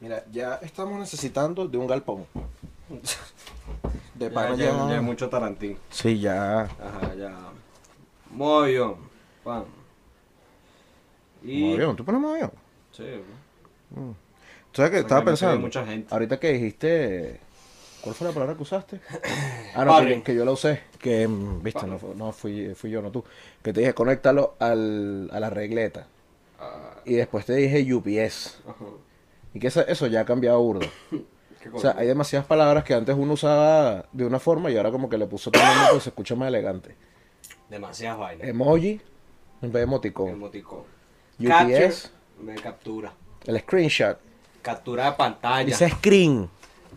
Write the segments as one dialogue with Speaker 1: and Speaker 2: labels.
Speaker 1: Mira, ya estamos necesitando de un galpón. De
Speaker 2: Ya,
Speaker 1: para
Speaker 2: ya,
Speaker 1: ya.
Speaker 2: ya es mucho Tarantín.
Speaker 1: Sí, ya.
Speaker 2: Ajá, ya. Modo avión. Pam. Y.
Speaker 1: Movión, tú pones movión.
Speaker 2: Sí, ¿no?
Speaker 1: ¿Tú sabes que
Speaker 2: O sea,
Speaker 1: estaba
Speaker 2: que me sale
Speaker 1: pensando?
Speaker 2: mucha gente.
Speaker 1: Ahorita que dijiste. ¿Cuál fue la palabra que usaste? Ah, no, que,
Speaker 2: Sparring.
Speaker 1: que yo la usé. Que, mm, viste, no, fu- no fui, fui yo, no tú. Que te dije, conéctalo al, a la regleta.
Speaker 2: Ah,
Speaker 1: Y después te dije UPS.
Speaker 2: ajá.
Speaker 1: Y que esa- eso ya ha cambiado burdo.
Speaker 2: ¿Qué
Speaker 1: O
Speaker 2: cosa?
Speaker 1: sea, hay demasiadas palabras que antes uno usaba de una forma y ahora como que le puso otro nombre que se escucha más elegante.
Speaker 2: Demasiadas vainas.
Speaker 1: Emoji en vez de emoticón.
Speaker 2: Emoticón.
Speaker 1: UPS,
Speaker 2: Me captura.
Speaker 1: el screenshot.
Speaker 2: Captura de pantalla.
Speaker 1: Dice screen.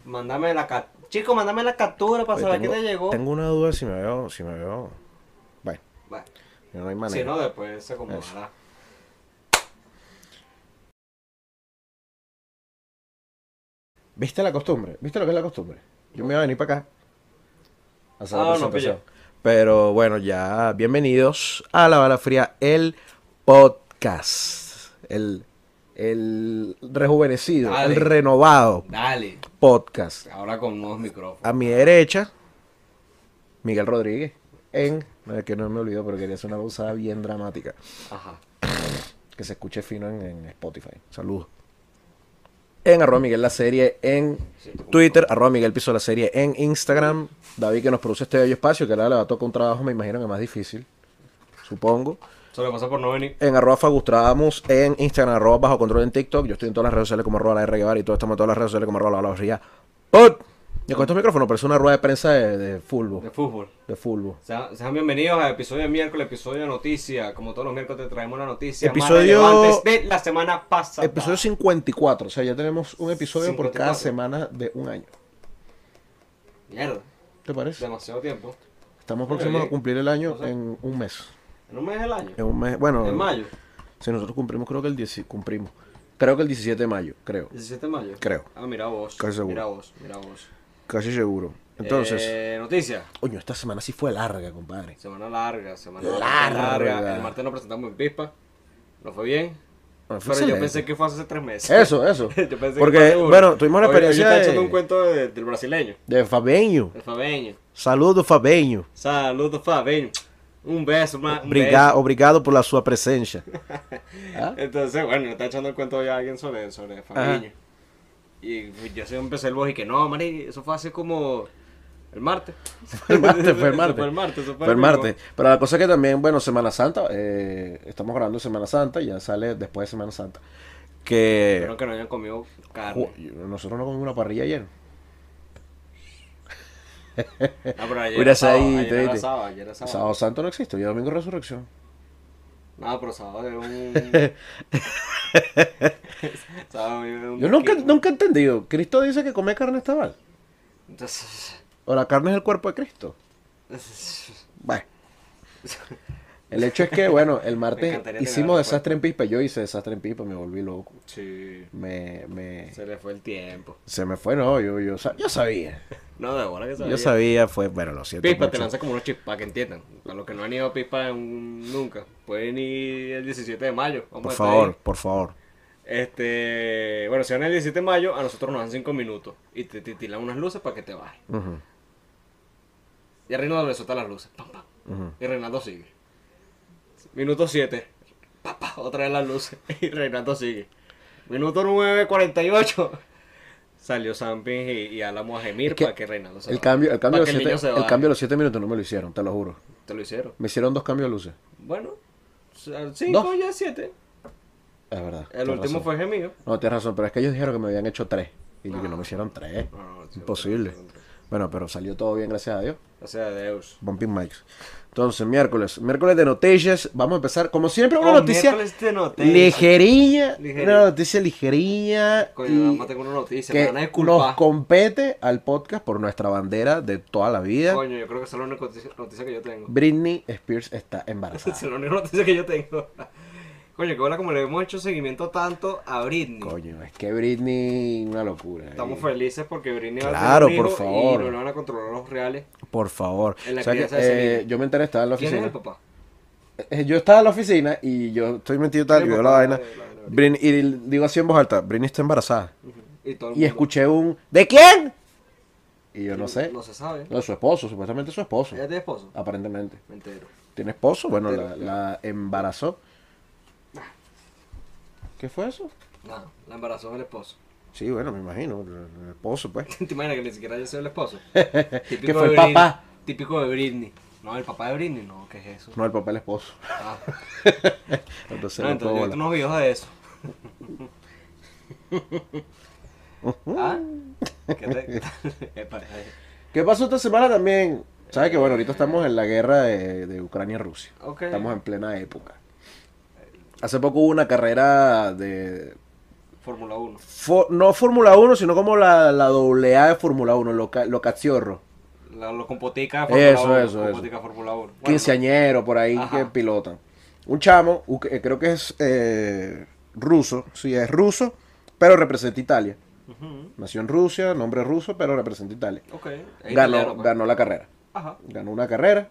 Speaker 2: Mándame la captura. Chico, mándame la captura para
Speaker 1: Oye,
Speaker 2: saber
Speaker 1: tengo-
Speaker 2: que te llegó.
Speaker 1: Tengo una duda si me veo, si me veo. Bueno,
Speaker 2: Bueno,
Speaker 1: no hay
Speaker 2: si
Speaker 1: manera.
Speaker 2: no, después se acomodará.
Speaker 1: ¿Viste la costumbre? ¿Viste lo que es la costumbre? Yo me iba a venir para acá. A hacer la
Speaker 2: Ah, no,
Speaker 1: presentación. Pero bueno, ya bienvenidos a La Bala Fría, el podcast. El, el rejuvenecido,
Speaker 2: Dale.
Speaker 1: el renovado
Speaker 2: Dale.
Speaker 1: podcast.
Speaker 2: Ahora con nuevos micrófonos.
Speaker 1: A mi derecha, Miguel Rodríguez. En. no, es que no me olvidó, pero quería hacer una pausada bien dramática.
Speaker 2: Ajá.
Speaker 1: que se escuche fino en, en Spotify. Saludos. En arroba Miguel la serie en Twitter, arroba Miguel Piso la serie en Instagram. David que nos produce este bello espacio, que ahora le va a tocar un trabajo, me imagino que más difícil. Supongo.
Speaker 2: Solo pasa por no venir.
Speaker 1: En arroba Fagustradamus, en Instagram, arroba bajo control en TikTok. Yo estoy en todas las redes sociales como arroba la R Guevara y todos estamos en todas las redes sociales como arroba la Bala Fría. ¡Pod! Y con estos micrófonos parece una rueda de prensa de, de
Speaker 2: De
Speaker 1: fútbol.
Speaker 2: fútbol.
Speaker 1: De fútbol.
Speaker 2: Sean, sean bienvenidos a episodio de miércoles, episodio de noticia. Como todos los miércoles te traemos la noticia
Speaker 1: Episodio-
Speaker 2: más relevante de la semana pasada.
Speaker 1: Episodio 54. O sea, ya tenemos un episodio por cada
Speaker 2: 54.
Speaker 1: semana de un año.
Speaker 2: Mierda,
Speaker 1: ¿Te parece?
Speaker 2: demasiado tiempo.
Speaker 1: Estamos
Speaker 2: Bueno,
Speaker 1: próximos a
Speaker 2: bien.
Speaker 1: cumplir el año
Speaker 2: O sea-
Speaker 1: en un mes.
Speaker 2: En un mes del año.
Speaker 1: En un mes, bueno,
Speaker 2: En mayo.
Speaker 1: si nosotros cumplimos, creo que el 10 cumplimos. Creo que el 17 de mayo, creo.
Speaker 2: 17 de mayo.
Speaker 1: Creo.
Speaker 2: Ah, mira vos.
Speaker 1: Casi seguro.
Speaker 2: Mira vos, mira vos.
Speaker 1: Casi seguro. Entonces,
Speaker 2: Eh, noticia.
Speaker 1: coño, esta semana sí fue larga, compadre.
Speaker 2: Semana larga, semana
Speaker 1: Larga.
Speaker 2: El martes nos presentamos en Pispa. No fue bien.
Speaker 1: Bueno, fue
Speaker 2: pero yo
Speaker 1: excelente.
Speaker 2: pensé que fue hace tres meses.
Speaker 1: Eso, eso.
Speaker 2: Yo pensé que fue
Speaker 1: Porque,
Speaker 2: hace uno.
Speaker 1: bueno, tuvimos la
Speaker 2: Hoy- hoy
Speaker 1: experiencia
Speaker 2: está
Speaker 1: de,
Speaker 2: echando un cuento de- del brasileño,
Speaker 1: de Fabeño.
Speaker 2: del fabeño.
Speaker 1: Saludos, Fabeño.
Speaker 2: Saludos, Fabeño. Un beso, ma- un
Speaker 1: Obriga- obrigado por la Ah. su presencia.
Speaker 2: beso. Entonces, bueno, le está echando el cuento ya a alguien sobre, sobre Fabiño. Y pues, yo sí empecé el voz y que no, Mari, eso fue hace como el martes.
Speaker 1: Fue el martes, fue el
Speaker 2: Eso
Speaker 1: martes.
Speaker 2: Fue el martes, eso
Speaker 1: Fue el
Speaker 2: mismo.
Speaker 1: martes. Pero la cosa es que también, bueno, Semana Santa, eh, estamos grabando Semana Santa, ya sale después de Semana Santa. Que...
Speaker 2: Espero que no hayan comido carne.
Speaker 1: Ju- Nosotros no comimos una parrilla ayer.
Speaker 2: No, Ah, pero ayer
Speaker 1: Hubiera
Speaker 2: era sábado,
Speaker 1: sido ahí,
Speaker 2: ayer
Speaker 1: te
Speaker 2: era
Speaker 1: viste.
Speaker 2: sábado, ayer era sábado.
Speaker 1: Sábado Santo no existe, hoy es domingo de resurrección.
Speaker 2: No, pero sábado era un... sábado era un
Speaker 1: Yo nunca,
Speaker 2: poquito.
Speaker 1: nunca he entendido. Cristo dice que comer carne está mal.
Speaker 2: Entonces,
Speaker 1: O la carne es el cuerpo de Cristo. Bueno. El hecho es que, bueno, el
Speaker 2: Me
Speaker 1: martes
Speaker 2: encantaría tener
Speaker 1: hicimos
Speaker 2: la
Speaker 1: desastre en pipa. Yo hice desastre en pipa, me volví loco.
Speaker 2: Sí,
Speaker 1: Me, me-
Speaker 2: se le fue el tiempo.
Speaker 1: se me fue, no, yo, yo, sa- yo sabía.
Speaker 2: No, de bola que sabía.
Speaker 1: Yo sabía, fue, bueno, lo siento.
Speaker 2: Pispa te
Speaker 1: mucho.
Speaker 2: lanza como unos chips, para que entiendan. Para los que no han ido a Pispa en- nunca, pueden ir el 17 de mayo. Vamos
Speaker 1: Por
Speaker 2: a estar
Speaker 1: favor,
Speaker 2: ahí.
Speaker 1: por favor.
Speaker 2: Este, bueno, si van el 17 de mayo, a nosotros nos dan 5 minutos. Y te titilan unas luces para que te bajes.
Speaker 1: Ujú,
Speaker 2: Y a Reinaldo le suelta las luces. Pam, pam.
Speaker 1: ujú.
Speaker 2: Y Reinaldo sigue. Minuto 7. Pa, pa, otra vez las luces. Y Reinaldo sigue. Minuto 9, 48. Salió Sampin y, y Álamo a gemir
Speaker 1: Es que
Speaker 2: para que Reinaldo se
Speaker 1: El
Speaker 2: baje.
Speaker 1: cambio, el cambio, de
Speaker 2: Para que
Speaker 1: los
Speaker 2: el niño se
Speaker 1: siete, el
Speaker 2: baje.
Speaker 1: cambio de los siete minutos no me lo hicieron, te lo juro.
Speaker 2: Te lo hicieron.
Speaker 1: Me hicieron dos cambios de luces.
Speaker 2: Bueno, 5 ya 7.
Speaker 1: Es verdad.
Speaker 2: El
Speaker 1: tienes
Speaker 2: último
Speaker 1: razón.
Speaker 2: fue gemido.
Speaker 1: No, tienes razón, pero es que ellos dijeron que me habían hecho tres. Y yo que
Speaker 2: Ah.
Speaker 1: no me hicieron tres. Imposible. Bueno, pero salió todo bien, gracias a Dios.
Speaker 2: O sea, Deus.
Speaker 1: Bumping mics. Entonces, miércoles. Miércoles de noticias. Vamos a empezar, como siempre,
Speaker 2: Oh,
Speaker 1: una noticia ligerilla.
Speaker 2: Ligerilla.
Speaker 1: Una noticia ligerilla. y
Speaker 2: Coño, nada más tengo una noticia. Me
Speaker 1: que
Speaker 2: van a
Speaker 1: nos
Speaker 2: disculpar.
Speaker 1: compete al podcast por nuestra bandera de toda la vida.
Speaker 2: Coño, yo creo que esa es la única noticia, noticia que yo tengo.
Speaker 1: Britney Spears está
Speaker 2: Esa es
Speaker 1: embarazada.
Speaker 2: la única noticia que yo tengo. Coño, que bueno como le hemos hecho seguimiento tanto a Britney.
Speaker 1: Coño, es que Britney, una locura.
Speaker 2: Estamos
Speaker 1: Y-
Speaker 2: felices porque Britney
Speaker 1: Claro,
Speaker 2: va a tener un
Speaker 1: por
Speaker 2: hijo
Speaker 1: favor.
Speaker 2: y no le van a controlar los reales.
Speaker 1: Por favor.
Speaker 2: En la
Speaker 1: O sea que,
Speaker 2: crianza de ese
Speaker 1: eh,
Speaker 2: niño.
Speaker 1: yo me enteré, estaba en la
Speaker 2: ¿Quién
Speaker 1: oficina.
Speaker 2: es el papá?
Speaker 1: Eh, Yo estaba en la oficina y yo estoy metido tal,
Speaker 2: Sí,
Speaker 1: y veo la
Speaker 2: papá,
Speaker 1: vaina.
Speaker 2: la- la- la-
Speaker 1: Brin- y digo así en voz alta, Brini está embarazada.
Speaker 2: Ujú. Y, todo el
Speaker 1: y
Speaker 2: mundo,
Speaker 1: escuché un ¿De quién? Y yo no
Speaker 2: "Mm,
Speaker 1: sé.
Speaker 2: No se sabe.
Speaker 1: No, su esposo, supuestamente su esposo.
Speaker 2: ¿Ella tiene esposo?
Speaker 1: Aparentemente.
Speaker 2: Me entero.
Speaker 1: ¿Tiene esposo? Bueno,
Speaker 2: Pero-
Speaker 1: la, la embarazó. ¿Qué fue eso?
Speaker 2: Nada, la embarazó el esposo.
Speaker 1: Sí, bueno, me imagino. El el esposo, pues.
Speaker 2: ¿Te imaginas que ni siquiera yo soy el esposo?
Speaker 1: Que
Speaker 2: Típico
Speaker 1: fue el
Speaker 2: de Britney-
Speaker 1: papá.
Speaker 2: Típico de Britney. No, el papá de Britney, no, ¿qué es eso?
Speaker 1: No, el papá el esposo.
Speaker 2: Ah,
Speaker 1: Entonces,
Speaker 2: no,
Speaker 1: no
Speaker 2: entonces yo he
Speaker 1: puedo
Speaker 2: visto
Speaker 1: volar.
Speaker 2: unos videos de eso. ¿Ah? ¿Qué te... Epa, eh,
Speaker 1: ¿Qué pasó esta semana también? Sabes que, bueno, ahorita estamos en la guerra de, de Ucrania-Rusia.
Speaker 2: Ok.
Speaker 1: Estamos en plena época. Hace poco hubo una carrera de,
Speaker 2: Fórmula 1.
Speaker 1: Fo- no Fórmula 1, sino como la, la doble A de Fórmula 1, lo, ca- lo cachiorro.
Speaker 2: La, los compotica Fórmula
Speaker 1: Eso,
Speaker 2: 1.
Speaker 1: eso,
Speaker 2: compotica Fórmula 1. Bueno,
Speaker 1: Quinceañero, por ahí
Speaker 2: Ajá.
Speaker 1: que pilotan. Un chamo, u- que creo que es eh, ruso, sí, es ruso, pero representa Italia.
Speaker 2: ujú,
Speaker 1: Nació en Rusia, nombre ruso, pero representa Italia.
Speaker 2: Ok. es italiano,
Speaker 1: Ganó,
Speaker 2: pues.
Speaker 1: ganó la carrera.
Speaker 2: Ajá.
Speaker 1: Ganó una carrera.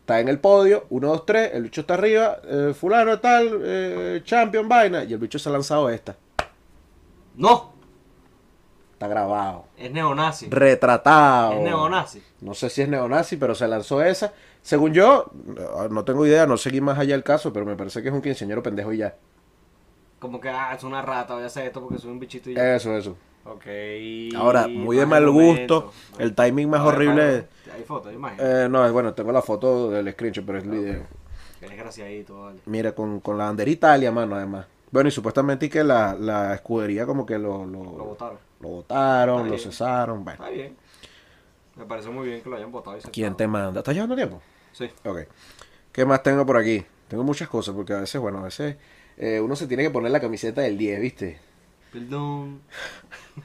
Speaker 1: Está en el podio, 1, 2, 3, el bicho está arriba, eh, fulano tal, eh, champion, vaina, y el bicho se ha lanzado esta.
Speaker 2: No,
Speaker 1: Está grabado,
Speaker 2: es neonazi.
Speaker 1: retratado.
Speaker 2: Es neonazi.
Speaker 1: No sé si es neonazi, pero se lanzó esa. Según yo, no- no tengo idea, no seguí más allá el caso, pero me parece que es un quinceañero pendejo y ya.
Speaker 2: Como que, ah, es una rata, voy a hacer esto porque soy un bichito y ya.
Speaker 1: Eso, eso.
Speaker 2: ok.
Speaker 1: Eh. Ahora, muy de
Speaker 2: más
Speaker 1: mal
Speaker 2: argumento.
Speaker 1: gusto, el timing más
Speaker 2: A ver,
Speaker 1: horrible.
Speaker 2: para- Hay fotos, hay imágenes.
Speaker 1: Eh, no, es bueno, tengo la foto del screenshot, pero es el
Speaker 2: Ah, ok.
Speaker 1: video.
Speaker 2: Qué desgraciadito, vale.
Speaker 1: Mira, con, con la bandera Italia, mano, además. Bueno, y supuestamente y que la, la escudería como que lo, lo,
Speaker 2: Lo votaron.
Speaker 1: lo botaron,
Speaker 2: Está
Speaker 1: lo
Speaker 2: bien.
Speaker 1: cesaron. Bueno,
Speaker 2: Está bien. Me parece muy bien que lo hayan votado y se
Speaker 1: ¿quién te manda? ¿Estás llevando tiempo?
Speaker 2: Sí.
Speaker 1: Ok. ¿Qué más tengo por aquí? Tengo muchas cosas, porque a veces, bueno, a veces eh, uno se tiene que poner la camiseta del 10, ¿viste?
Speaker 2: Perdón.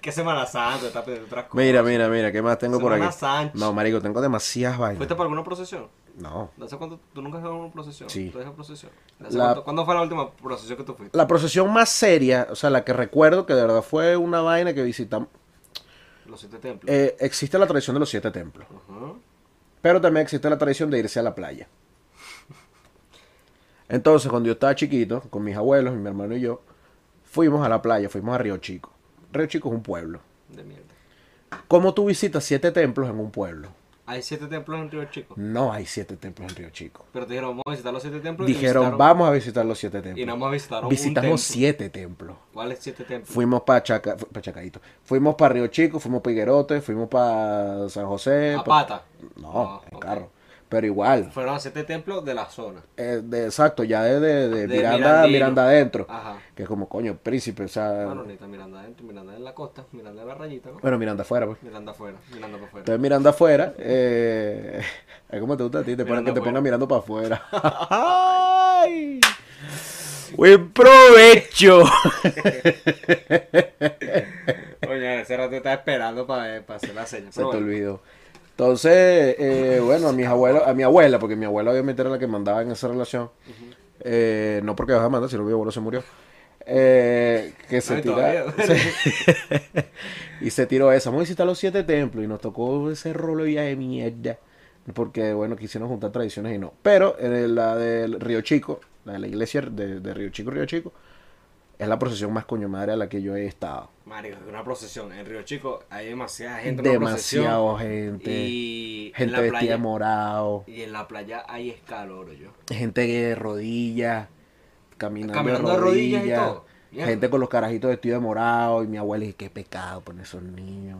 Speaker 2: Qué Semana Santa, está pidiendo otras cosas.
Speaker 1: Mira, mira, mira, ¿qué más tengo por
Speaker 2: Semana
Speaker 1: aquí?
Speaker 2: Sánchez.
Speaker 1: No, marico, tengo demasiadas vainas.
Speaker 2: ¿Fuiste para alguna procesión?
Speaker 1: No.
Speaker 2: ¿De hace cuánto? ¿Tú nunca has ido a una procesión?
Speaker 1: Sí.
Speaker 2: ¿Tú has ido a procesión? ¿De hace
Speaker 1: La-
Speaker 2: cuánto- ¿Cuándo fue la última procesión que tú fuiste?
Speaker 1: La procesión más seria, o sea, la que recuerdo que de verdad fue una vaina que visitamos.
Speaker 2: Los siete templos.
Speaker 1: eh, existe la tradición de los siete templos,
Speaker 2: Ajá.
Speaker 1: pero también existe la tradición de irse a la playa. Entonces, cuando yo estaba chiquito, con mis abuelos, mi hermano y yo, fuimos a la playa, fuimos a Río Chico. Río Chico es un pueblo.
Speaker 2: De mierda.
Speaker 1: ¿Cómo tú visitas siete templos en un pueblo?
Speaker 2: Hay siete templos en Río Chico.
Speaker 1: No hay siete templos en Río Chico.
Speaker 2: Pero te dijeron, vamos a visitar los siete templos. y
Speaker 1: Dijeron,
Speaker 2: visitaron-
Speaker 1: vamos a visitar los siete templos.
Speaker 2: Y nada más visitaron un templo.
Speaker 1: Visitamos siete templos.
Speaker 2: ¿Cuáles siete templos?
Speaker 1: Fuimos para Chaca, fu- pa' Chacadito. Fuimos para Río Chico, fuimos para Higuerote, fuimos para San José. pa-
Speaker 2: A pata.
Speaker 1: No,
Speaker 2: Ah,
Speaker 1: en
Speaker 2: ok.
Speaker 1: carro. Pero igual,
Speaker 2: Fueron a siete templos de la zona.
Speaker 1: eh, de- exacto, ya de, de- de
Speaker 2: De
Speaker 1: Miranda,
Speaker 2: Mirandino.
Speaker 1: Miranda adentro.
Speaker 2: Ajá.
Speaker 1: Que es como, coño, príncipe, o sea...
Speaker 2: Bueno, ahorita Ah, Miranda adentro, Miranda en la costa, Miranda en la rayita, ¿no?
Speaker 1: Bueno, Miranda afuera, pues.
Speaker 2: Miranda afuera, Miranda para afuera.
Speaker 1: Entonces Miranda afuera, eh, es como te gusta a ti, te ponen
Speaker 2: Miranda
Speaker 1: que te
Speaker 2: afuera.
Speaker 1: pongan mirando para afuera. ¡Ay! ¡Buen provecho!
Speaker 2: Oye, ese rato estaba esperando para hacer la seña.
Speaker 1: Se
Speaker 2: Pero
Speaker 1: te
Speaker 2: bueno,
Speaker 1: olvidó. Entonces, eh, bueno, a mis abuelos, a mi abuela, porque mi abuela obviamente era la que mandaba en esa relación. Eh, no porque vas a mandar, sino que mi abuelo se murió. Eh, que se
Speaker 2: No, y
Speaker 1: tira
Speaker 2: todavía.
Speaker 1: se- y se tiró esa. Vamos a visitar los siete templos y nos tocó ese rolo ya de mierda. Porque, bueno, quisieron juntar tradiciones y no. Pero eh, la del Río Chico, la de la iglesia de, de Río Chico, Río Chico, es la procesión más coño madre a la que yo he estado.
Speaker 2: Mario, una procesión. En Río Chico hay demasiada gente en la procesión.
Speaker 1: Demasiado gente.
Speaker 2: Y en
Speaker 1: Gente
Speaker 2: la
Speaker 1: vestida
Speaker 2: playa,
Speaker 1: de morado,
Speaker 2: Y en la playa hay escaloro, yo.
Speaker 1: gente de rodillas, caminando,
Speaker 2: Caminando
Speaker 1: de
Speaker 2: de
Speaker 1: rodillas,
Speaker 2: rodillas y todo. Mierda.
Speaker 1: gente con los carajitos vestidos de morado y mi abuela dice, qué pecado poner esos niños.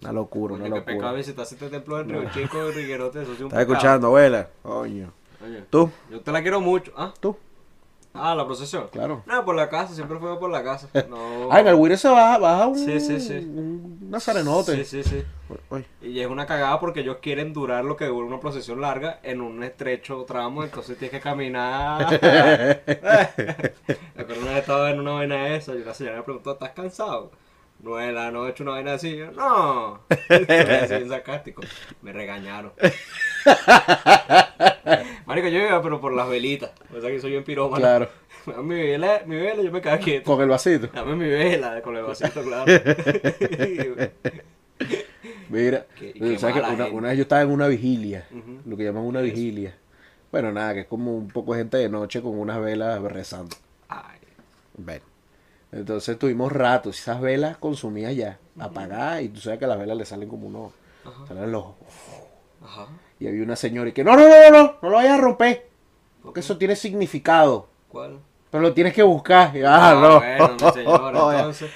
Speaker 1: Una locura,
Speaker 2: Porque
Speaker 1: una
Speaker 2: qué pecado
Speaker 1: locura.
Speaker 2: visitar siete templos en Río Chico, en Riguerote, eso sí es un
Speaker 1: ¿Estás
Speaker 2: pecado.
Speaker 1: escuchando, abuela? Coño.
Speaker 2: Oye,
Speaker 1: ¿Tú?
Speaker 2: yo te la quiero mucho. ¿Ah?
Speaker 1: ¿Tú?
Speaker 2: Ah, la procesión.
Speaker 1: Claro.
Speaker 2: No, por la casa, siempre fuimos por la casa. No.
Speaker 1: Ah, en el Guire se baja, baja un,
Speaker 2: Sí, sí, sí.
Speaker 1: un nazarenote.
Speaker 2: Sí, sí, sí.
Speaker 1: Oye,
Speaker 2: Y es una cagada porque ellos quieren durar lo que dura una procesión larga en un estrecho tramo, entonces tienes que caminar. Me acuerdo una vez estaba en una vaina de esa y una señora me preguntó, ¿estás cansado? No, de la noche una vaina así. Yo, no. Así bien sarcástico. Me regañaron. Marico, yo iba, pero por las velitas. O sea que soy bien pirómano.
Speaker 1: Claro.
Speaker 2: Mi vela, mi vela, yo me quedaba quieto.
Speaker 1: Con el vasito.
Speaker 2: Dame mi vela con el vasito, claro.
Speaker 1: Mira,
Speaker 2: Qué- y qué
Speaker 1: ¿sabes qué?
Speaker 2: mala
Speaker 1: Una,
Speaker 2: gente.
Speaker 1: una vez yo estaba en una vigilia,
Speaker 2: Ujú.
Speaker 1: lo que llaman una vigilia. Bueno, nada, que es como un poco de gente de noche con unas velas rezando.
Speaker 2: Ay,
Speaker 1: Bueno, Entonces tuvimos ratos. Esas velas consumidas ya, apagadas, y tú sabes que a las velas le salen como unos. Salen los.
Speaker 2: Ajá.
Speaker 1: Y había una señora y que, no, no, no, no, no, no lo vayas a romper. Porque eso tiene significado.
Speaker 2: ¿Cuál?
Speaker 1: Pero lo tienes que buscar. Y, ah, no.
Speaker 2: Bueno, mi señora, entonces.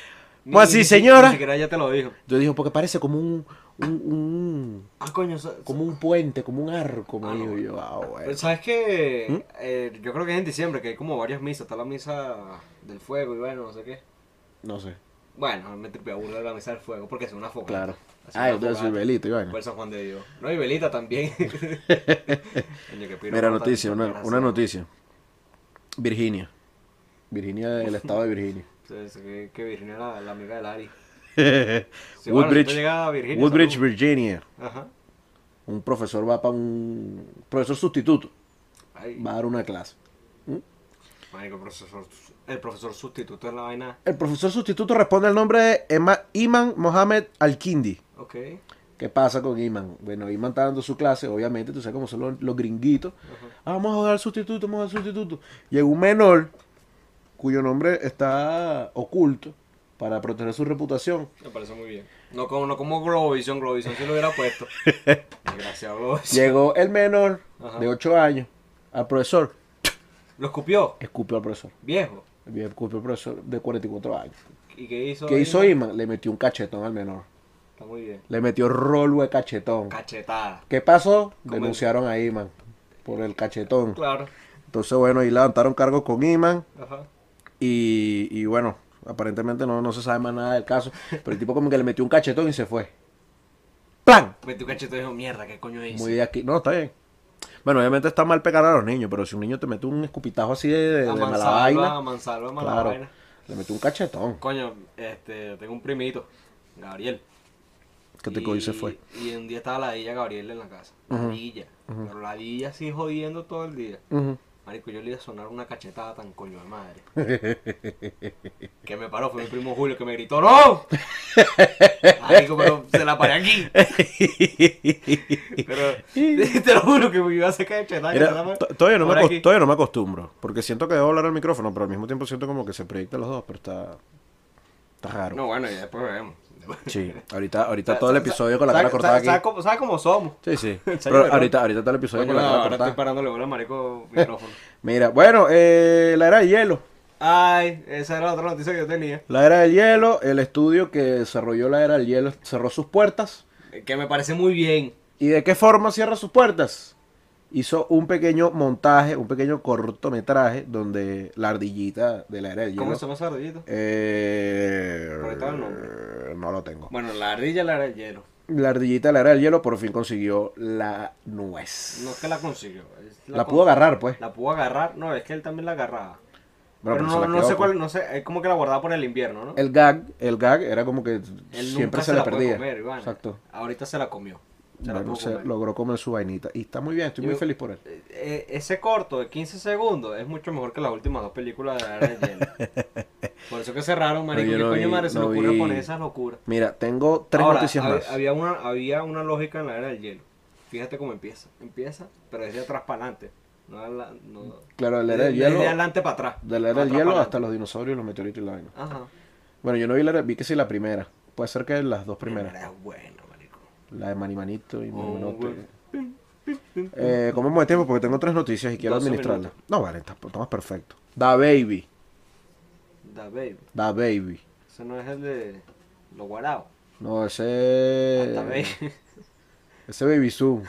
Speaker 1: ¿Cómo así, señora?
Speaker 2: Ni siquiera ya te lo dijo.
Speaker 1: Yo digo, porque parece como un. un- un-
Speaker 2: Ah, coño, sa-
Speaker 1: como un puente, como un arco, me
Speaker 2: Ah,
Speaker 1: dijo
Speaker 2: no.
Speaker 1: yo. Ah, bueno.
Speaker 2: Pero ¿Sabes qué?
Speaker 1: ¿Mm?
Speaker 2: Eh, yo creo que es en diciembre, que hay como varias misas. Está la misa del fuego y bueno, no sé qué.
Speaker 1: No sé.
Speaker 2: Bueno, me tripé a burlar de la misa del fuego porque es una fogata.
Speaker 1: Claro.
Speaker 2: Hace
Speaker 1: Ah,
Speaker 2: una
Speaker 1: entonces soy
Speaker 2: fogata.
Speaker 1: velito, y vaina.
Speaker 2: Por San Juan de Dios. No, y velita también. Coño, qué piro,
Speaker 1: Mira,
Speaker 2: no,
Speaker 1: noticia,
Speaker 2: tanto,
Speaker 1: una,
Speaker 2: gracias,
Speaker 1: una
Speaker 2: ¿no?
Speaker 1: noticia. Virginia. Virginia del estado de Virginia.
Speaker 2: Entonces, que, que Virginia era la, la amiga de Lari. Sí, bueno, ahorita
Speaker 1: Woodbridge,
Speaker 2: llega Virginia,
Speaker 1: Woodbridge,
Speaker 2: saludos.
Speaker 1: Virginia.
Speaker 2: Ajá.
Speaker 1: Un profesor va para un profesor sustituto.
Speaker 2: Ay,
Speaker 1: Va a dar una clase.
Speaker 2: marico, el profesor, el profesor sustituto es la vaina.
Speaker 1: El profesor sustituto responde al nombre de Emma- Iman Mohamed Al-Kindi.
Speaker 2: Ok.
Speaker 1: ¿Qué pasa con Iman? Bueno, Iman está dando su clase, obviamente, tú sabes cómo son los, los gringuitos. Ah, vamos a joder al sustituto, vamos a joder al sustituto. Llegó un menor cuyo nombre está oculto para proteger su reputación.
Speaker 2: Me parece muy bien. No como, no como Globovisión, Globovisión si lo hubiera puesto. Desgraciado Globovisión.
Speaker 1: Llegó el menor
Speaker 2: Ajá.
Speaker 1: de 8 años al profesor,
Speaker 2: Lo escupió,
Speaker 1: escupió al profesor.
Speaker 2: viejo.
Speaker 1: Escupió al profesor de 44 años.
Speaker 2: ¿Y qué hizo?
Speaker 1: ¿Qué
Speaker 2: ahí?
Speaker 1: hizo Iman? Le metió un cachetón al menor.
Speaker 2: Está muy bien.
Speaker 1: Le metió rolo de cachetón.
Speaker 2: Cachetada.
Speaker 1: ¿Qué pasó?
Speaker 2: ¿Cómo
Speaker 1: Denunciaron a Iman por el cachetón.
Speaker 2: Claro.
Speaker 1: Entonces, bueno, y levantaron cargo con Iman.
Speaker 2: Ajá.
Speaker 1: Y, y bueno, aparentemente no, no se sabe más nada del caso. Pero el tipo como que le metió un cachetón y se fue. ¡Plan!
Speaker 2: Metí un cachetón y Pues dijo, mierda, ¿qué coño hice?
Speaker 1: Muy de aquí. No, está bien. Bueno, obviamente está mal pegar a los niños, pero si un niño te mete un escupitajo así de, de- de
Speaker 2: a
Speaker 1: mala
Speaker 2: mansalva,
Speaker 1: vaina,
Speaker 2: a mansalva, mala
Speaker 1: claro,
Speaker 2: vaina.
Speaker 1: le metió un cachetón.
Speaker 2: Coño, este, tengo un primito, Gabriel.
Speaker 1: Que te
Speaker 2: Y-
Speaker 1: cogió y se fue.
Speaker 2: Y un día estaba la Dilla Gabriel en la casa. La Dilla. Pero la Dilla así jodiendo todo el día.
Speaker 1: Ujú.
Speaker 2: Marico, yo le iba a sonar una cachetada tan coño de madre. que me paró, fue mi primo Julio que me gritó, ¡No! Marico, pero se la paré aquí. pero te lo juro que me iba a hacer cachetada.
Speaker 1: Mira,
Speaker 2: cachetada,
Speaker 1: to- todavía, no me
Speaker 2: por
Speaker 1: acos-
Speaker 2: aquí.
Speaker 1: todavía no me acostumbro, porque siento que debo hablar al micrófono, pero al mismo tiempo siento como que se proyectan los dos, pero está, está raro.
Speaker 2: No, bueno, ya después vemos.
Speaker 1: Sí, ahorita, ahita todo el episodio con la
Speaker 2: ¿Sabe-
Speaker 1: cara cortada
Speaker 2: sabe-
Speaker 1: aquí.
Speaker 2: ¿Sabe cómo, sabe cómo somos?
Speaker 1: Sí, sí.
Speaker 2: ¿Sabes
Speaker 1: Pero
Speaker 2: verdad?
Speaker 1: ahorita, ahorita todo el episodio
Speaker 2: Coño,
Speaker 1: con la
Speaker 2: no,
Speaker 1: cara
Speaker 2: ahora estoy
Speaker 1: cortada.
Speaker 2: parándole bola al marico micrófono.
Speaker 1: Mira, bueno, eh, la era del hielo.
Speaker 2: Ay, esa era la otra noticia que yo tenía.
Speaker 1: La era del hielo, el estudio que desarrolló la era del hielo cerró sus puertas.
Speaker 2: Que me parece muy bien.
Speaker 1: ¿Y de qué forma cierra sus puertas? Hizo un pequeño montaje, un pequeño cortometraje donde la ardillita de la era del hielo.
Speaker 2: ¿Cómo se llama esa ardillita?
Speaker 1: Eh,
Speaker 2: Por ahí está el nombre.
Speaker 1: No lo tengo.
Speaker 2: Bueno, la ardilla la era el hielo.
Speaker 1: La ardillita de la era del hielo por fin consiguió la nuez.
Speaker 2: No es que la consiguió. es
Speaker 1: la
Speaker 2: con-
Speaker 1: pudo agarrar, pues.
Speaker 2: La pudo agarrar. No, es que él también la agarraba.
Speaker 1: Bueno,
Speaker 2: pero
Speaker 1: pero se la
Speaker 2: no, no
Speaker 1: quedó, pues.
Speaker 2: sé cuál, no sé, es como que la guardaba por el invierno, ¿no?
Speaker 1: El gag, el gag era como que
Speaker 2: Él
Speaker 1: siempre
Speaker 2: nunca
Speaker 1: se, le
Speaker 2: la puede
Speaker 1: perdía.
Speaker 2: comer, Iván.
Speaker 1: Exacto.
Speaker 2: Ahorita se la comió. Se la
Speaker 1: Bueno,
Speaker 2: pudo
Speaker 1: se
Speaker 2: comer.
Speaker 1: logró comer su vainita. Y está muy bien, estoy muy
Speaker 2: Yo-
Speaker 1: feliz por él.
Speaker 2: Eh, eh, ese corto de 15 segundos es mucho mejor que las últimas dos películas de la era del hielo. Por eso que cerraron, marico.
Speaker 1: yo
Speaker 2: ¿Qué
Speaker 1: no
Speaker 2: coño
Speaker 1: vi-
Speaker 2: madre se
Speaker 1: no
Speaker 2: le ocurre
Speaker 1: vi-
Speaker 2: poner esas locuras?
Speaker 1: Mira, tengo tres
Speaker 2: Ahora,
Speaker 1: noticias
Speaker 2: hab-
Speaker 1: más.
Speaker 2: Había una, había una lógica en la era del hielo. Fíjate cómo empieza. Empieza, pero desde atrás para adelante. No, ala- no-
Speaker 1: Claro, la era del
Speaker 2: de-
Speaker 1: hielo.
Speaker 2: Desde adelante para atrás.
Speaker 1: De la era
Speaker 2: Para
Speaker 1: del
Speaker 2: atrás
Speaker 1: hielo
Speaker 2: para
Speaker 1: hasta los
Speaker 2: adelante.
Speaker 1: dinosaurios, los meteoritos y la vaina.
Speaker 2: Ajá.
Speaker 1: Bueno, yo no vi la vi que sí la primera. Puede ser que las dos
Speaker 2: Era
Speaker 1: primeras.
Speaker 2: bueno, marico.
Speaker 1: La de Manimanito y
Speaker 2: Oh,
Speaker 1: Manimanoto.
Speaker 2: bueno. Pim, pim, pim, pim.
Speaker 1: Eh, ¿Cómo de tiempo? Porque tengo tres noticias y quiero
Speaker 2: 12
Speaker 1: administrarlas. No, vale, está- estamos perfecto. Da Baby.
Speaker 2: Da Baby.
Speaker 1: Da Baby.
Speaker 2: Ese no es el de los guaraos.
Speaker 1: No, ese.
Speaker 2: Da Baby.
Speaker 1: Ese Baby Zoom.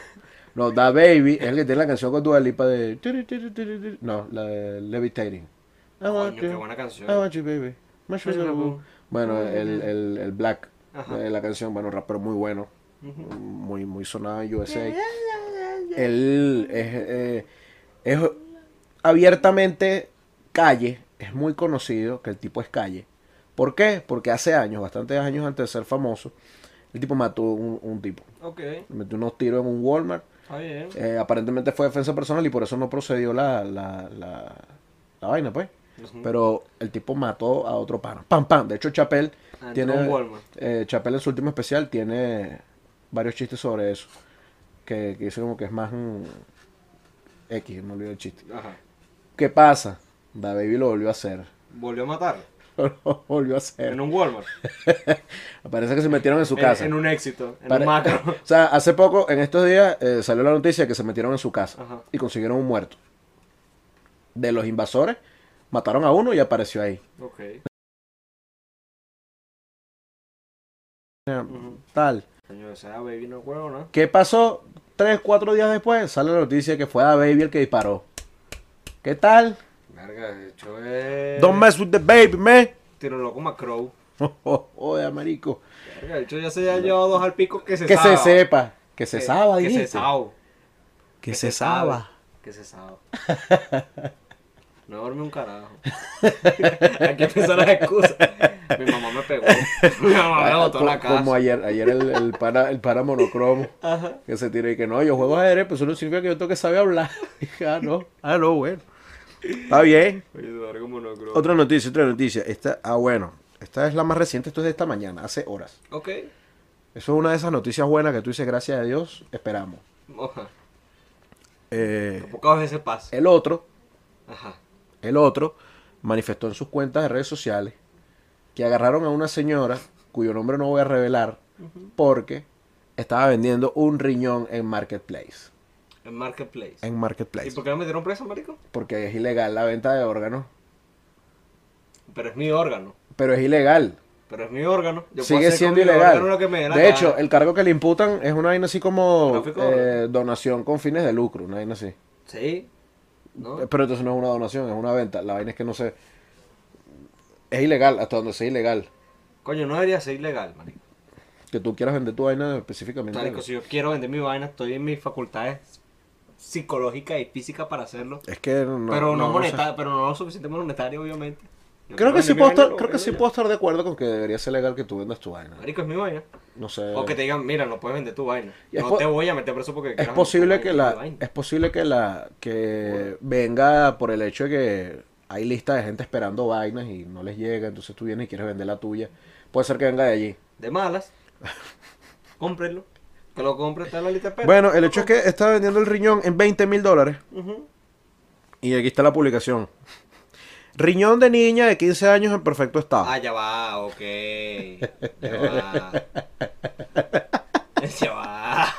Speaker 1: No, Da Baby es el que tiene la canción con Dua Lipa de... tiri, tiri, tiri, tiri. No, la de Levitating. I want
Speaker 2: Coño, qué
Speaker 1: you,
Speaker 2: buena canción.
Speaker 1: I want you, baby. My sugar boo. Bueno, el, el, el Black
Speaker 2: Ajá.
Speaker 1: de la canción, bueno, rapero muy bueno.
Speaker 2: Ujú.
Speaker 1: Muy, muy sonado en USA. Él es, eh, es abiertamente calle, es muy conocido que el tipo es calle. ¿Por qué? Porque hace años, bastantes años antes de ser famoso, el tipo mató un, un tipo.
Speaker 2: Ok,
Speaker 1: Le metió unos tiros en un Walmart.
Speaker 2: está bien.
Speaker 1: Eh, aparentemente fue defensa personal y por eso no procedió la, la, la, la vaina, pues.
Speaker 2: Ujú.
Speaker 1: Pero el tipo mató a otro pana. Pam, pam. De hecho, Chapel
Speaker 2: Ah,
Speaker 1: tiene.
Speaker 2: entró un Walmart.
Speaker 1: eh, Chapel en su último especial tiene varios chistes sobre eso. Que, que dice como que es más. mm, X, me olvidé el chiste.
Speaker 2: Ajá.
Speaker 1: ¿Qué pasa? Da Baby lo volvió a hacer. Eh,
Speaker 2: Volvió a matar.
Speaker 1: lo volvió a hacer.
Speaker 2: En un Walmart.
Speaker 1: Parece que se metieron en su
Speaker 2: En-
Speaker 1: casa.
Speaker 2: En, un éxito. En
Speaker 1: Pare-
Speaker 2: un macro.
Speaker 1: o sea, hace poco, en estos días, eh, salió la noticia que se metieron en su casa
Speaker 2: Ajá.
Speaker 1: y consiguieron un muerto. De los invasores, mataron a uno y apareció ahí.
Speaker 2: ok.
Speaker 1: Ya,
Speaker 2: Ujú.
Speaker 1: Tal.
Speaker 2: Coño, esa baby no juego, ¿no?
Speaker 1: ¿Qué pasó? Tres, cuatro días después, sale la noticia que fue a Baby el que disparó. ¿Qué tal?
Speaker 2: Verga, de hecho es.
Speaker 1: Don't mess with the baby, man.
Speaker 2: Tiro loco Macrow.
Speaker 1: Oye, marico.
Speaker 2: Verga, de hecho ya se ha llevado dos al pico que se
Speaker 1: Que se
Speaker 2: saba.
Speaker 1: sepa. Que se saba,
Speaker 2: Que se
Speaker 1: dijiste.
Speaker 2: saba.
Speaker 1: Que se saba.
Speaker 2: Que se saba. No dormí un carajo. Hay que pensar las excusas. Mi mamá me pegó. Mi mamá me botó la
Speaker 1: Ah, Co- Como
Speaker 2: casa.
Speaker 1: ayer, ayer el, el pana, el pana monocromo
Speaker 2: Ajá.
Speaker 1: que se tiró y que no, yo juego ajedrez, pero eso no significa que yo tengo que saber hablar. Dije, ah, no, ah, no, bueno. Está bien.
Speaker 2: Oye, Eduardo, como no creo.
Speaker 1: Otra noticia, otra noticia. Esta, ah, bueno, esta es la más reciente, esto es de esta mañana, hace horas.
Speaker 2: Ok.
Speaker 1: Eso es una de esas noticias buenas que tú dices, gracias a Dios, esperamos.
Speaker 2: Oja.
Speaker 1: Eh,
Speaker 2: Pocas veces pasa.
Speaker 1: el otro,
Speaker 2: Ajá.
Speaker 1: el otro, manifestó en sus cuentas de redes sociales que agarraron a una señora, cuyo nombre no voy a revelar, porque estaba vendiendo un riñón en Marketplace.
Speaker 2: En Marketplace.
Speaker 1: En
Speaker 2: ¿Y
Speaker 1: Marketplace.
Speaker 2: por qué me metieron preso, marico?
Speaker 1: Porque es ilegal la venta de órganos.
Speaker 2: Pero es mi órgano.
Speaker 1: Pero es ilegal.
Speaker 2: Pero es mi órgano. Yo puedo
Speaker 1: Sigue
Speaker 2: hacer con
Speaker 1: siendo
Speaker 2: mi
Speaker 1: ilegal.
Speaker 2: órgano lo que me dé la
Speaker 1: De hecho,
Speaker 2: gana.
Speaker 1: el cargo que le imputan es una vaina así como
Speaker 2: Tráfico de
Speaker 1: eh, donación con fines de lucro, una vaina así.
Speaker 2: Sí. ¿No?
Speaker 1: Pero entonces no es una donación, es una venta. La vaina es que no sé. Es ilegal, hasta donde sea ilegal.
Speaker 2: Coño, no debería ser ilegal, marico.
Speaker 1: Que tú quieras vender tu vaina específicamente.
Speaker 2: Marico, si yo quiero vender mi vaina, estoy en mis facultades psicológicas y físicas para hacerlo.
Speaker 1: Es que no.
Speaker 2: pero no,
Speaker 1: no sé.
Speaker 2: monetario, pero no lo suficiente monetario, obviamente. Yo
Speaker 1: Creo
Speaker 2: quiero
Speaker 1: que sí
Speaker 2: vender mi
Speaker 1: puedo
Speaker 2: vaina,
Speaker 1: estar,
Speaker 2: lo
Speaker 1: creo que
Speaker 2: vendo
Speaker 1: sí
Speaker 2: ya.
Speaker 1: puedo estar de acuerdo con que debería ser legal que tú vendas tu vaina.
Speaker 2: Marico, es mi vaina.
Speaker 1: No sé.
Speaker 2: O que te digan, mira, no puedes vender tu vaina.
Speaker 1: Y es
Speaker 2: No
Speaker 1: po-
Speaker 2: te voy a meter preso porque
Speaker 1: Es
Speaker 2: quieras
Speaker 1: posible
Speaker 2: vender tu
Speaker 1: que
Speaker 2: vaina,
Speaker 1: la
Speaker 2: es mi
Speaker 1: es
Speaker 2: vaina.
Speaker 1: posible que la que venga por el hecho de que hay lista de gente esperando vainas y no les llega, entonces tú vienes y quieres vender la tuya. Puede ser que venga de allí.
Speaker 2: De malas. Cómprenlo. Que lo compre, está en la lista de espera.
Speaker 1: Bueno, el hecho es que está vendiendo el riñón en 20 mil dólares.
Speaker 2: Ujú.
Speaker 1: Y aquí está la publicación. Riñón de niña de 15 años en perfecto estado.
Speaker 2: Ah, ya va, ok. Ya va. ya va.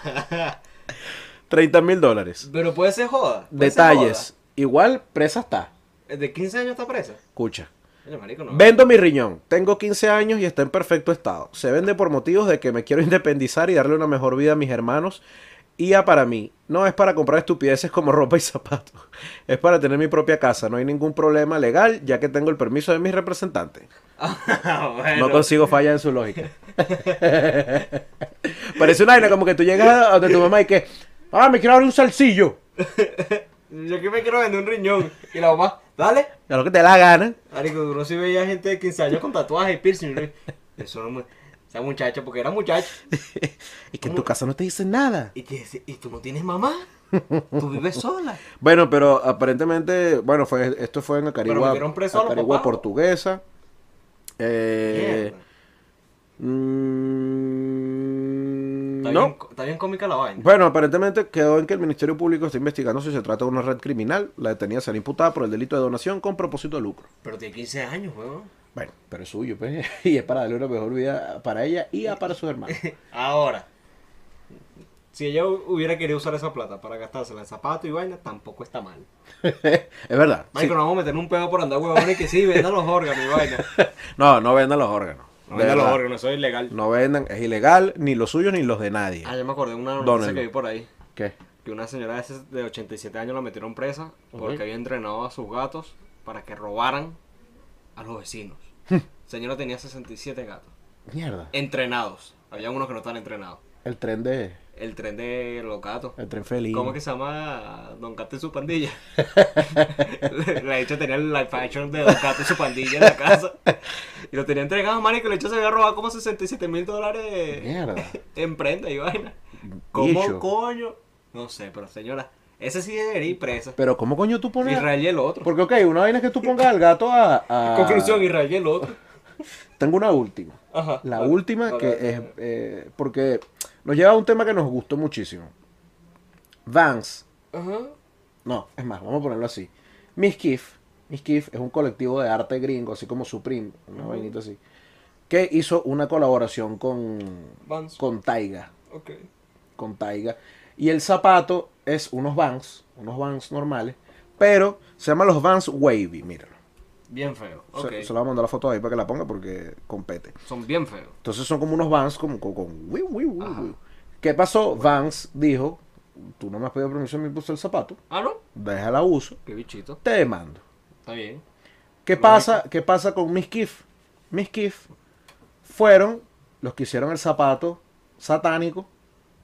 Speaker 1: 30 mil dólares.
Speaker 2: Pero puede ser Pues joda. puede ser
Speaker 1: Detalles. Igual presa está.
Speaker 2: joda. ¿De 15 años está presa?
Speaker 1: Escucha.
Speaker 2: Oye, marico, no.
Speaker 1: Vendo mi riñón. Tengo 15 años y está en perfecto estado. Se vende por motivos de que me quiero independizar y darle una mejor vida a mis hermanos. Y a para mí. No es para comprar estupideces como ropa y zapatos. Es para tener mi propia casa. No hay ningún problema legal ya que tengo el permiso de mis representantes.
Speaker 2: Ah, bueno.
Speaker 1: No pues- consigo falla en su lógica. Parece una vaina como que tú llegas a donde tu mamá y que... Ah, me quiero abrir un salsillo.
Speaker 2: Yo que me quiero vender un riñón. Y la mamá, dale.
Speaker 1: A lo que te da la gana.
Speaker 2: Marico, tú no si veía gente de 15 años con tatuajes y piercing. ¿no? Eso no me... Esa muchacha, porque era muchacho.
Speaker 1: Y que en tu casa no te dicen nada.
Speaker 2: Y te dice, ¿y tú no tienes mamá? Tú vives sola.
Speaker 1: Bueno, pero aparentemente, bueno, fue, esto fue en
Speaker 2: Pero
Speaker 1: Acarigua,
Speaker 2: metieron preso a los
Speaker 1: Acarigua
Speaker 2: papás.
Speaker 1: portuguesa. Eh,
Speaker 2: Mierda.
Speaker 1: mm,
Speaker 2: Está, bien,
Speaker 1: no.
Speaker 2: está bien cómica la vaina.
Speaker 1: Bueno, aparentemente quedó en que el Ministerio Público está investigando si se trata de una red criminal. La detenida será imputada por el delito de donación con propósito de lucro.
Speaker 2: Pero tiene 15 años, weón.
Speaker 1: Bueno, pero es suyo, pues, y es para darle una mejor vida para ella y a para sus hermanos.
Speaker 2: Ahora, si ella hu- hubiera querido usar esa plata para gastársela en zapatos y vaina, tampoco está mal.
Speaker 1: es verdad. sí.
Speaker 2: Marico, no vamos a meter un pedo por andar huevones que sí, vendan los órganos y vaina.
Speaker 1: No, no vendan los órganos.
Speaker 2: No
Speaker 1: De
Speaker 2: vendan los
Speaker 1: verdad.
Speaker 2: órganos, eso es ilegal.
Speaker 1: No vendan, es ilegal, ni los suyos ni los de nadie.
Speaker 2: Ah, ya me acordé de una noticia
Speaker 1: Dónenlo.
Speaker 2: que vi por ahí.
Speaker 1: ¿Qué?
Speaker 2: Que una señora de ses- de 87 años la metieron presa porque
Speaker 1: Ok.
Speaker 2: había entrenado a sus gatos para que robaran a los vecinos. señora tenía 67 gatos.
Speaker 1: Mierda.
Speaker 2: Entrenados. Había unos que no estaban entrenados.
Speaker 1: El tren de.
Speaker 2: El tren de los gatos.
Speaker 1: El tren feliz.
Speaker 2: ¿Cómo que se llama Don Gato y su pandilla? la hecho tenía el live action de Don Gato y su pandilla en la casa. Y lo tenía entregado, man, y que la hecho se había robado como 67 mil dólares
Speaker 1: Mierda.
Speaker 2: en prenda y vaina. ¿Cómo
Speaker 1: Bicho.
Speaker 2: coño? No sé, pero señora, ese sí debería ir presa.
Speaker 1: Pero ¿cómo coño tú pones?
Speaker 2: Israel y el otro.
Speaker 1: Porque, ok, una vaina es que tú pongas al gato a. a-
Speaker 2: Conclusión, Israel y el otro.
Speaker 1: Tengo una última.
Speaker 2: Ajá.
Speaker 1: La
Speaker 2: Vale,
Speaker 1: última
Speaker 2: vale,
Speaker 1: que
Speaker 2: vale.
Speaker 1: es. eh, porque nos lleva a un tema que nos gustó muchísimo. Vans.
Speaker 2: Ajá.
Speaker 1: No, es más, vamos a ponerlo así. Miss Kiff Miskif es un colectivo de arte gringo, así como Supreme, una vainita así, que hizo una colaboración con,
Speaker 2: Vans.
Speaker 1: con Taiga.
Speaker 2: Ok.
Speaker 1: Con Taiga. Y el zapato es unos Vans, unos Vans normales, pero se llaman los Vans Wavy, míralo.
Speaker 2: Bien feo.
Speaker 1: Se-
Speaker 2: Ok.
Speaker 1: Se, la voy a mandar la foto ahí para que la ponga porque compete.
Speaker 2: Son bien feos.
Speaker 1: Entonces son como unos Vans como con... con wiu, wiu, wiu,
Speaker 2: Ajá.
Speaker 1: wiu. ¿Qué pasó? Vans dijo, tú no me has pedido permiso, me puse el zapato,
Speaker 2: Ah, no.
Speaker 1: déjala uso,
Speaker 2: Qué bichito.
Speaker 1: te demando.
Speaker 2: Está bien.
Speaker 1: ¿Qué pasa, ¿Qué pasa con Miss Kiff? Miss Kiff fueron los que hicieron el zapato satánico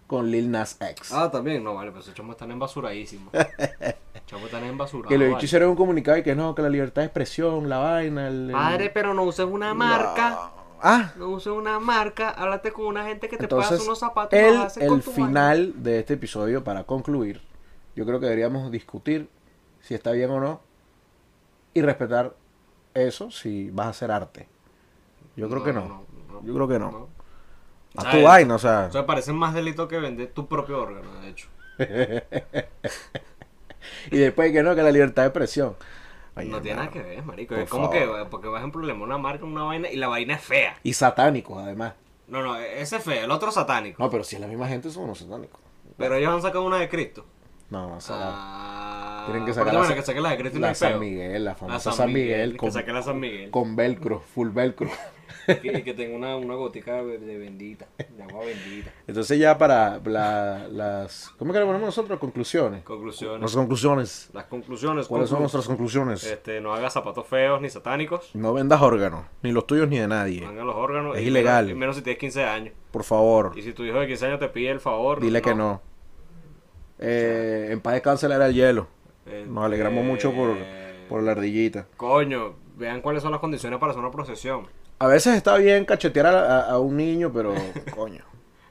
Speaker 1: con Lil Nas X.
Speaker 2: Ah, también. No, vale, pero esos chamos están embasuradísimos. chamos están embasurados.
Speaker 1: que le
Speaker 2: vale.
Speaker 1: hicieron un comunicado y que no, que la libertad de expresión, la vaina, el... el-
Speaker 2: Padre, pero no uses una
Speaker 1: No.
Speaker 2: marca.
Speaker 1: Ah,
Speaker 2: No uses una marca. Háblate con una gente que te
Speaker 1: entonces,
Speaker 2: pasa unos zapatos. y
Speaker 1: el,
Speaker 2: los haces con
Speaker 1: el
Speaker 2: tu
Speaker 1: final de este episodio, para concluir, yo creo que deberíamos discutir si está bien o no y respetar eso si vas a hacer arte. Yo creo
Speaker 2: No,
Speaker 1: que
Speaker 2: no,
Speaker 1: no.
Speaker 2: no, no,
Speaker 1: Yo creo que no.
Speaker 2: no.
Speaker 1: Haz
Speaker 2: ¿Sabes?
Speaker 1: tu vaina, o sea...
Speaker 2: O sea, parece más delito que vender tu propio órgano, de hecho.
Speaker 1: Y después que no, que la libertad de expresión. Ay,
Speaker 2: no tiene
Speaker 1: hermano.
Speaker 2: nada que ver, marico.
Speaker 1: Por
Speaker 2: es como que
Speaker 1: favor.
Speaker 2: eh, porque vas en problema una marca, una vaina y la vaina es fea.
Speaker 1: Y satánicos, además.
Speaker 2: No, no, ese es feo, el otro satánico.
Speaker 1: No, pero si es la misma gente, son unos satánicos.
Speaker 2: Pero ellos han sacado una de Cristo.
Speaker 1: No, o sea,
Speaker 2: Ah,
Speaker 1: tienen que sacar
Speaker 2: pero
Speaker 1: la
Speaker 2: bueno,
Speaker 1: Sa-
Speaker 2: que saquen la de Cristo y no
Speaker 1: la
Speaker 2: hay
Speaker 1: San
Speaker 2: peo.
Speaker 1: Miguel, la famosa
Speaker 2: San
Speaker 1: San
Speaker 2: Miguel,
Speaker 1: Miguel,
Speaker 2: que
Speaker 1: con,
Speaker 2: saque la San Miguel.
Speaker 1: con velcro, full velcro.
Speaker 2: Y que tenga una, una gotica de de bendita, de agua bendita.
Speaker 1: Entonces ya para la- las... ¿Cómo que le ponemos nosotros? Conclusiones.
Speaker 2: Conclusiones.
Speaker 1: Las conclusiones.
Speaker 2: Las conclusiones.
Speaker 1: ¿Cuáles son
Speaker 2: conclu-
Speaker 1: nuestras conclusiones?
Speaker 2: Este, no hagas zapatos feos ni satánicos.
Speaker 1: No vendas órganos, ni los tuyos ni de nadie.
Speaker 2: Hagan los órganos.
Speaker 1: Es
Speaker 2: y
Speaker 1: ilegal.
Speaker 2: Menos, y menos si tienes 15 años.
Speaker 1: Por favor,
Speaker 2: Y si tu hijo de 15 años te pide el favor.
Speaker 1: dile que no. Eh, en paz descanse era el hielo.
Speaker 2: Eh,
Speaker 1: Nos alegramos mucho por,
Speaker 2: eh,
Speaker 1: por la ardillita.
Speaker 2: Coño, vean cuáles son las condiciones para hacer una procesión.
Speaker 1: A veces está bien cachetear a, a- a un niño, pero coño.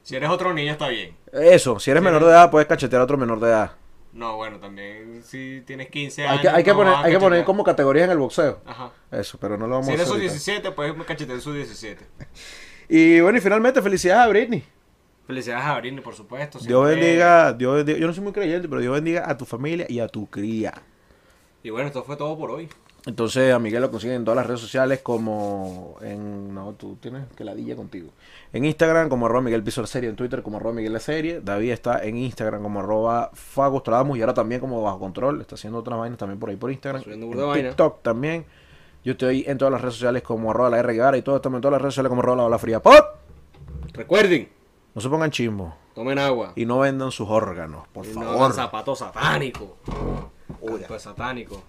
Speaker 2: Si eres otro niño está bien.
Speaker 1: Eso, si eres menor de edad, puedes cachetear a otro menor de edad.
Speaker 2: No, bueno, también si tienes 15 años.
Speaker 1: Hay que, hay que
Speaker 2: este no
Speaker 1: poner,
Speaker 2: vas a
Speaker 1: hay que poner
Speaker 2: cachetear.
Speaker 1: como categorías en el boxeo.
Speaker 2: Ajá.
Speaker 1: Eso, pero no lo vamos
Speaker 2: Si
Speaker 1: a
Speaker 2: eres
Speaker 1: hacer.
Speaker 2: sub
Speaker 1: ahorita.
Speaker 2: 17, puedes cachetear sub 17.
Speaker 1: Y bueno, y finalmente, felicidades a Britney.
Speaker 2: Felicidades a Britney, por supuesto.
Speaker 1: Dios
Speaker 2: siempre.
Speaker 1: bendiga, Dios bendiga- Yo no soy muy creyente, pero Dios bendiga a tu familia y a tu cría.
Speaker 2: Y bueno, esto fue todo por hoy.
Speaker 1: Entonces a Miguel lo consiguen en todas las redes sociales como en... No, tú tienes que ladilla contigo. En Instagram como arroba Miguel Piso la Serie, en Twitter como arroba Miguel la Serie. David está en Instagram como arroba Fagostradamus y ahora también como Bajo Control. Está haciendo otras vainas también por ahí por Instagram.
Speaker 2: Subiendo burda
Speaker 1: En
Speaker 2: vaina.
Speaker 1: TikTok también. Yo estoy en todas las redes sociales como arroba la R Guevara y todo también en todas las redes sociales como arroba la Ola Fría. ¡Pop!
Speaker 2: Recuerden,
Speaker 1: No se pongan chismos
Speaker 2: tomen agua.
Speaker 1: y no vendan sus órganos, por
Speaker 2: Y no hagan
Speaker 1: favor.
Speaker 2: zapatos satánicos. Uy, pues satánico.